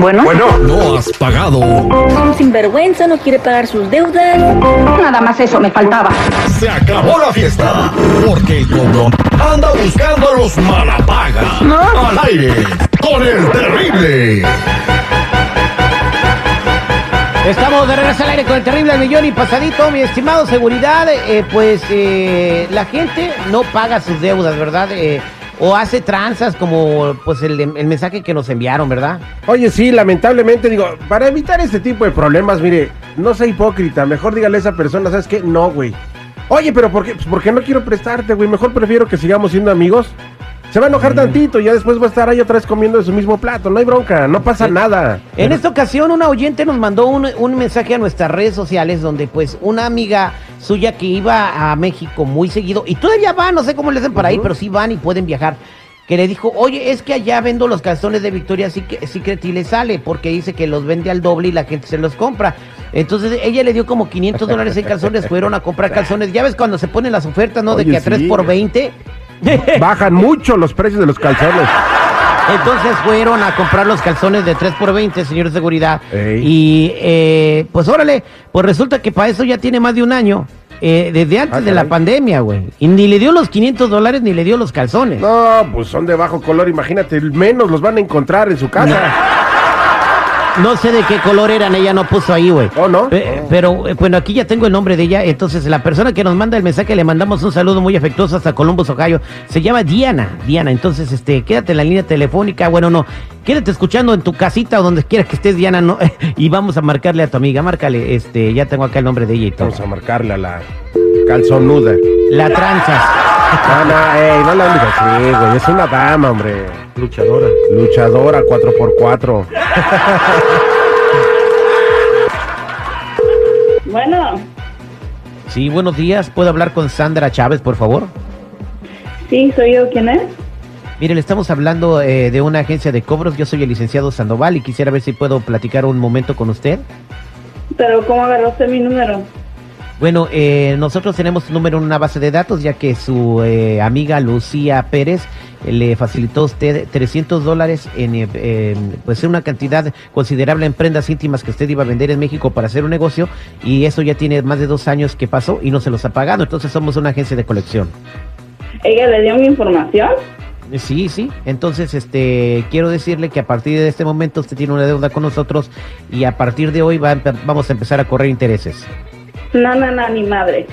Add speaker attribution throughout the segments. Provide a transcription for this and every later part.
Speaker 1: Bueno,
Speaker 2: No has pagado.
Speaker 3: Un sinvergüenza no quiere pagar sus deudas.
Speaker 1: nada más eso me faltaba.
Speaker 2: Se acabó la fiesta. Porque el cobrón anda buscando a los malapagas. Al aire. Con el terrible.
Speaker 4: Estamos de regreso al aire con el terrible al millón y pasadito, mi estimado seguridad, eh, pues eh, la gente no paga sus deudas, ¿verdad? Eh, o hace tranzas como pues el, el mensaje que nos enviaron, ¿verdad?
Speaker 5: Oye, sí, lamentablemente, digo, para evitar este tipo de problemas, mire, no sea hipócrita, mejor dígale a esa persona, ¿sabes qué? No, güey. Oye, pero ¿por qué? Pues porque no quiero prestarte, güey, mejor prefiero que sigamos siendo amigos. Se va a enojar tantito y ya después va a estar ahí otra vez comiendo de su mismo plato, no hay bronca, no pasa nada.
Speaker 4: En esta ocasión, una oyente nos mandó un, un mensaje a nuestras redes sociales donde pues una amiga suya que iba a México muy seguido, y todavía va, no sé cómo le hacen para ahí, pero sí van y pueden viajar, que le dijo, oye, es que allá vendo los calzones de Victoria Sec- Secret y le sale, porque dice que los vende al doble y la gente se los compra. Entonces ella le dio como 500 dólares en calzones, fueron a comprar calzones. Ya ves cuando se ponen las ofertas, ¿no? De
Speaker 5: Oye,
Speaker 4: que a
Speaker 5: sí.
Speaker 4: 3 por 20.
Speaker 5: Bajan mucho los precios de los calzones.
Speaker 4: Entonces fueron a comprar los calzones de 3 por 20 señor de seguridad.
Speaker 5: Ey.
Speaker 4: Y eh, pues órale, pues resulta que para eso ya tiene más de un año. eh, desde antes
Speaker 5: Ah,
Speaker 4: de la
Speaker 5: caray.
Speaker 4: pandemia, güey. Y ni le dio los 500 dólares ni le dio los calzones.
Speaker 5: No, pues son de bajo color, imagínate, menos los van a encontrar en su casa.
Speaker 4: No sé de qué color eran, ella no puso ahí, güey.
Speaker 5: ¿Oh, no?
Speaker 4: Pe- Pero eh, bueno, aquí ya tengo el nombre de ella. Entonces, la persona que nos manda el mensaje, le mandamos un saludo muy afectuoso hasta Columbus, Ohio. Se llama Diana. Diana, entonces, este, quédate en la línea telefónica. Bueno, no, quédate escuchando en tu casita o donde quieras que estés, Diana. No, y vamos a marcarle a tu amiga. Márcale, este, ya tengo acá el nombre de ella y todo.
Speaker 5: Vamos a marcarla la calzonuda.
Speaker 4: La tranzas.
Speaker 5: No, Ah, no, ey, no la digas así, güey. Es una dama, hombre. Luchadora. Luchadora, 4x4.
Speaker 6: Bueno,
Speaker 4: Sí, buenos días. ¿Puedo hablar con Sandra Chávez, por favor?
Speaker 6: sí, soy yo. ¿Quién es?
Speaker 4: Mire, le estamos hablando eh, de una agencia de cobros. Yo soy el licenciado Sandoval y quisiera ver si puedo platicar un momento con usted.
Speaker 6: Pero ¿cómo agarró usted mi número?
Speaker 4: Bueno, eh, nosotros tenemos su número en una base de datos, ya que su eh, amiga Lucía Pérez eh, le facilitó a usted 300 dólares en eh, eh, pues una cantidad considerable en prendas íntimas que usted iba a vender en México para hacer un negocio y eso ya tiene más de dos años que pasó y no se los ha pagado. Entonces somos una agencia de colección.
Speaker 6: ¿Ella le dio mi información?
Speaker 4: Eh, Sí, sí. Entonces, este, quiero decirle que a partir de este momento usted tiene una deuda con nosotros y a partir de hoy va a empe- vamos a empezar a correr intereses.
Speaker 6: No, no, no, ni madre.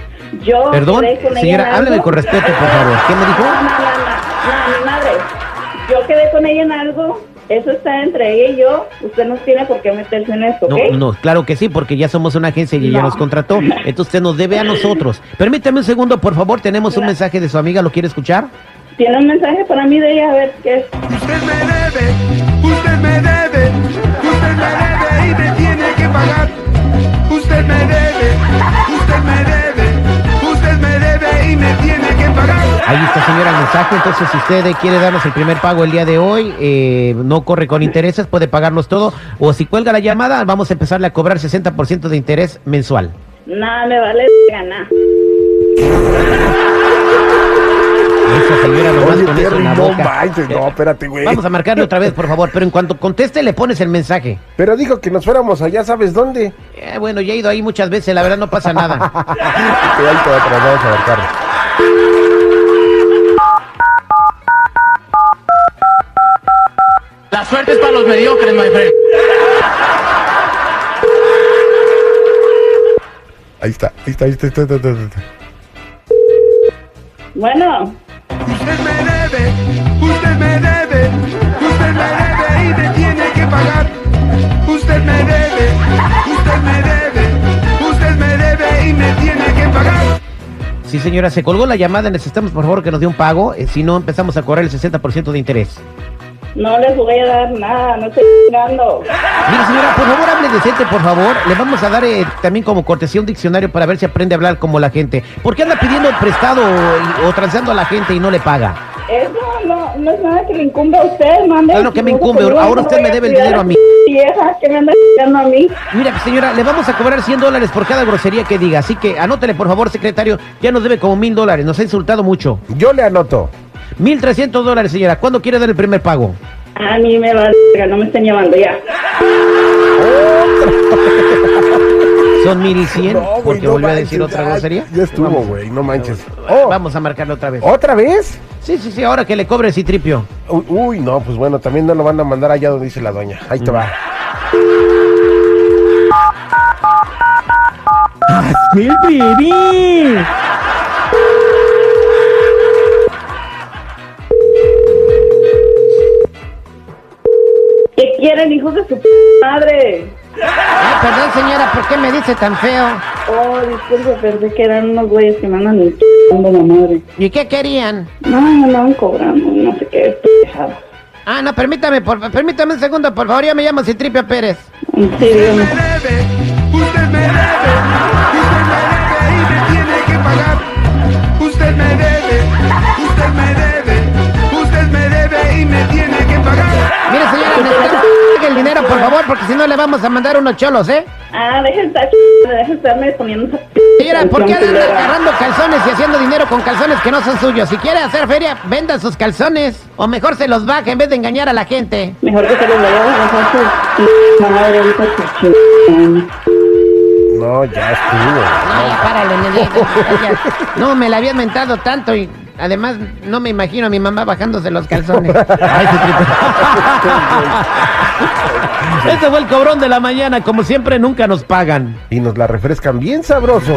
Speaker 6: Yo
Speaker 4: Perdón,
Speaker 6: quedé con ella en
Speaker 4: señora,
Speaker 6: algo.
Speaker 4: hábleme con respeto, por favor. ¿Qué me dijo?
Speaker 6: No, no, no, no, no, ni madre. Yo quedé con ella en algo. Eso está entre ella y yo. Usted no tiene por qué meterse en esto, ¿ok?
Speaker 4: No, no, claro que sí, porque ya somos una agencia y ella
Speaker 6: No.
Speaker 4: nos contrató. Entonces usted nos debe a nosotros. Permítame un segundo, por favor. Tenemos un
Speaker 6: Claro.
Speaker 4: mensaje de su amiga, ¿lo quiere escuchar?
Speaker 6: Tiene un mensaje para mí de ella, a ver qué es.
Speaker 7: Usted me debe, usted me debe, usted me debe y me tiene que pagar. Usted me debe, usted me debe, usted me debe y me tiene que pagar.
Speaker 4: Ahí está, señora, el mensaje. Entonces, si usted eh, quiere darnos el primer pago el día de hoy, eh, no corre con intereses, puede pagarnos todo. O si cuelga la llamada, vamos a empezarle a cobrar 60% de interés mensual.
Speaker 6: Nada, me vale ganar.
Speaker 4: Esa señora nomás
Speaker 5: Oye,
Speaker 4: con eso
Speaker 5: Terry,
Speaker 4: en la
Speaker 5: no
Speaker 4: boca.
Speaker 5: manches, no, espérate, güey.
Speaker 4: Vamos a marcarle otra vez, por favor. Pero en cuanto conteste, le pones el mensaje.
Speaker 5: Pero dijo que nos fuéramos allá, ¿sabes dónde?
Speaker 4: Eh, bueno, ya he ido ahí muchas veces, la verdad no pasa nada.
Speaker 5: Que ahí te va, pero vamos a marcar.
Speaker 8: La suerte es para los mediocres, my friend.
Speaker 7: Ahí está, ahí está, ahí está, ahí está, ahí está, ahí está.
Speaker 6: Bueno,
Speaker 7: Usted me debe, usted me debe, usted me debe y me tiene que pagar. Usted me debe, usted me debe, usted me debe y me tiene que pagar.
Speaker 4: Sí, señora, se colgó la llamada. Necesitamos, por favor, que nos dé un pago. eh, si no, empezamos a cobrar el 60% de interés.
Speaker 6: no les voy a dar nada, no estoy chingando.
Speaker 4: Mire, señora, por favor, hable decente, por favor. Le vamos a dar eh, también como cortesía un diccionario para ver si aprende a hablar como la gente. ¿Por qué anda pidiendo prestado o, o transando a la gente y no le paga?
Speaker 6: Eso no, no es nada que le incumbe a usted, mande.
Speaker 4: Claro Ah, que me
Speaker 6: No,
Speaker 4: incumbe,
Speaker 6: seguro
Speaker 4: ahora
Speaker 6: no
Speaker 4: usted me
Speaker 6: voy
Speaker 4: debe el
Speaker 6: cuidar
Speaker 4: dinero a mí.
Speaker 6: Vieja, que me anda chingando a mí.
Speaker 4: Mira, señora, le vamos a cobrar 100 dólares por cada grosería que diga. Así que anótele, por favor, secretario. Ya nos debe como mil dólares. Nos ha insultado mucho.
Speaker 5: Yo le anoto.
Speaker 4: 1.300 dólares, señora. ¿Cuándo quiere dar el primer pago?
Speaker 6: A mí me va, verga, no me estén llamando ya.
Speaker 4: Son 1100
Speaker 5: Oh, No, güey,
Speaker 4: porque
Speaker 5: no
Speaker 4: volvió a
Speaker 5: manches,
Speaker 4: decir otra
Speaker 5: ya-
Speaker 4: grosería.
Speaker 5: Ya estuvo, güey, no manches. Oh,
Speaker 4: Vamos a marcarlo otra vez.
Speaker 5: ¿Otra vez?
Speaker 4: Sí, sí, sí, ahora que le cobre Citripio.
Speaker 5: Uy, Uy, no, pues bueno, también no lo van a mandar allá donde dice la doña. Ahí te va.
Speaker 6: ¿Qué quieren, hijos de su p madre?
Speaker 4: Ay, Ah, perdón, señora, ¿por qué me dice tan feo?
Speaker 6: Oh, disculpe, pensé que eran unos güeyes que mandan el chingando la madre.
Speaker 4: ¿Y qué querían?
Speaker 6: No, me andaban cobrando, no sé qué, pendejada.
Speaker 4: Ah, no, permítame, por, permítame un segundo, por favor, ya me llamo Citripio Pérez.
Speaker 6: Sí, dígame.
Speaker 7: Usted me debe, usted me debe, usted me debe y me tiene que pagar. Usted me debe, usted me debe, usted me debe y me tiene que pagar.
Speaker 4: Mire, señora, necesitamos que el dinero, por favor, porque si no le vamos a mandar unos cholos, ¿eh?
Speaker 6: Ah, dejen estar, dejen estarme poniendo esa p-
Speaker 4: Señora, ¿por qué
Speaker 6: canción
Speaker 4: anda
Speaker 6: culera.
Speaker 4: agarrando calzones y haciendo dinero con calzones que no son suyos? Si quiere hacer feria, venda sus calzones. O mejor se los baje en vez de engañar a la gente.
Speaker 6: Mejor que se los vaya a bajar su p- madre, ahorita su chingada.
Speaker 4: Mm.
Speaker 5: No, ya estuvo.
Speaker 4: No, ya párale, nene, ya, ya. No, me la había mentado tanto y además no me imagino a mi mamá bajándose los calzones. Ay, se tripó. Este fue el cobrón de la mañana. Como siempre, nunca nos pagan.
Speaker 5: Y nos la refrescan bien sabroso.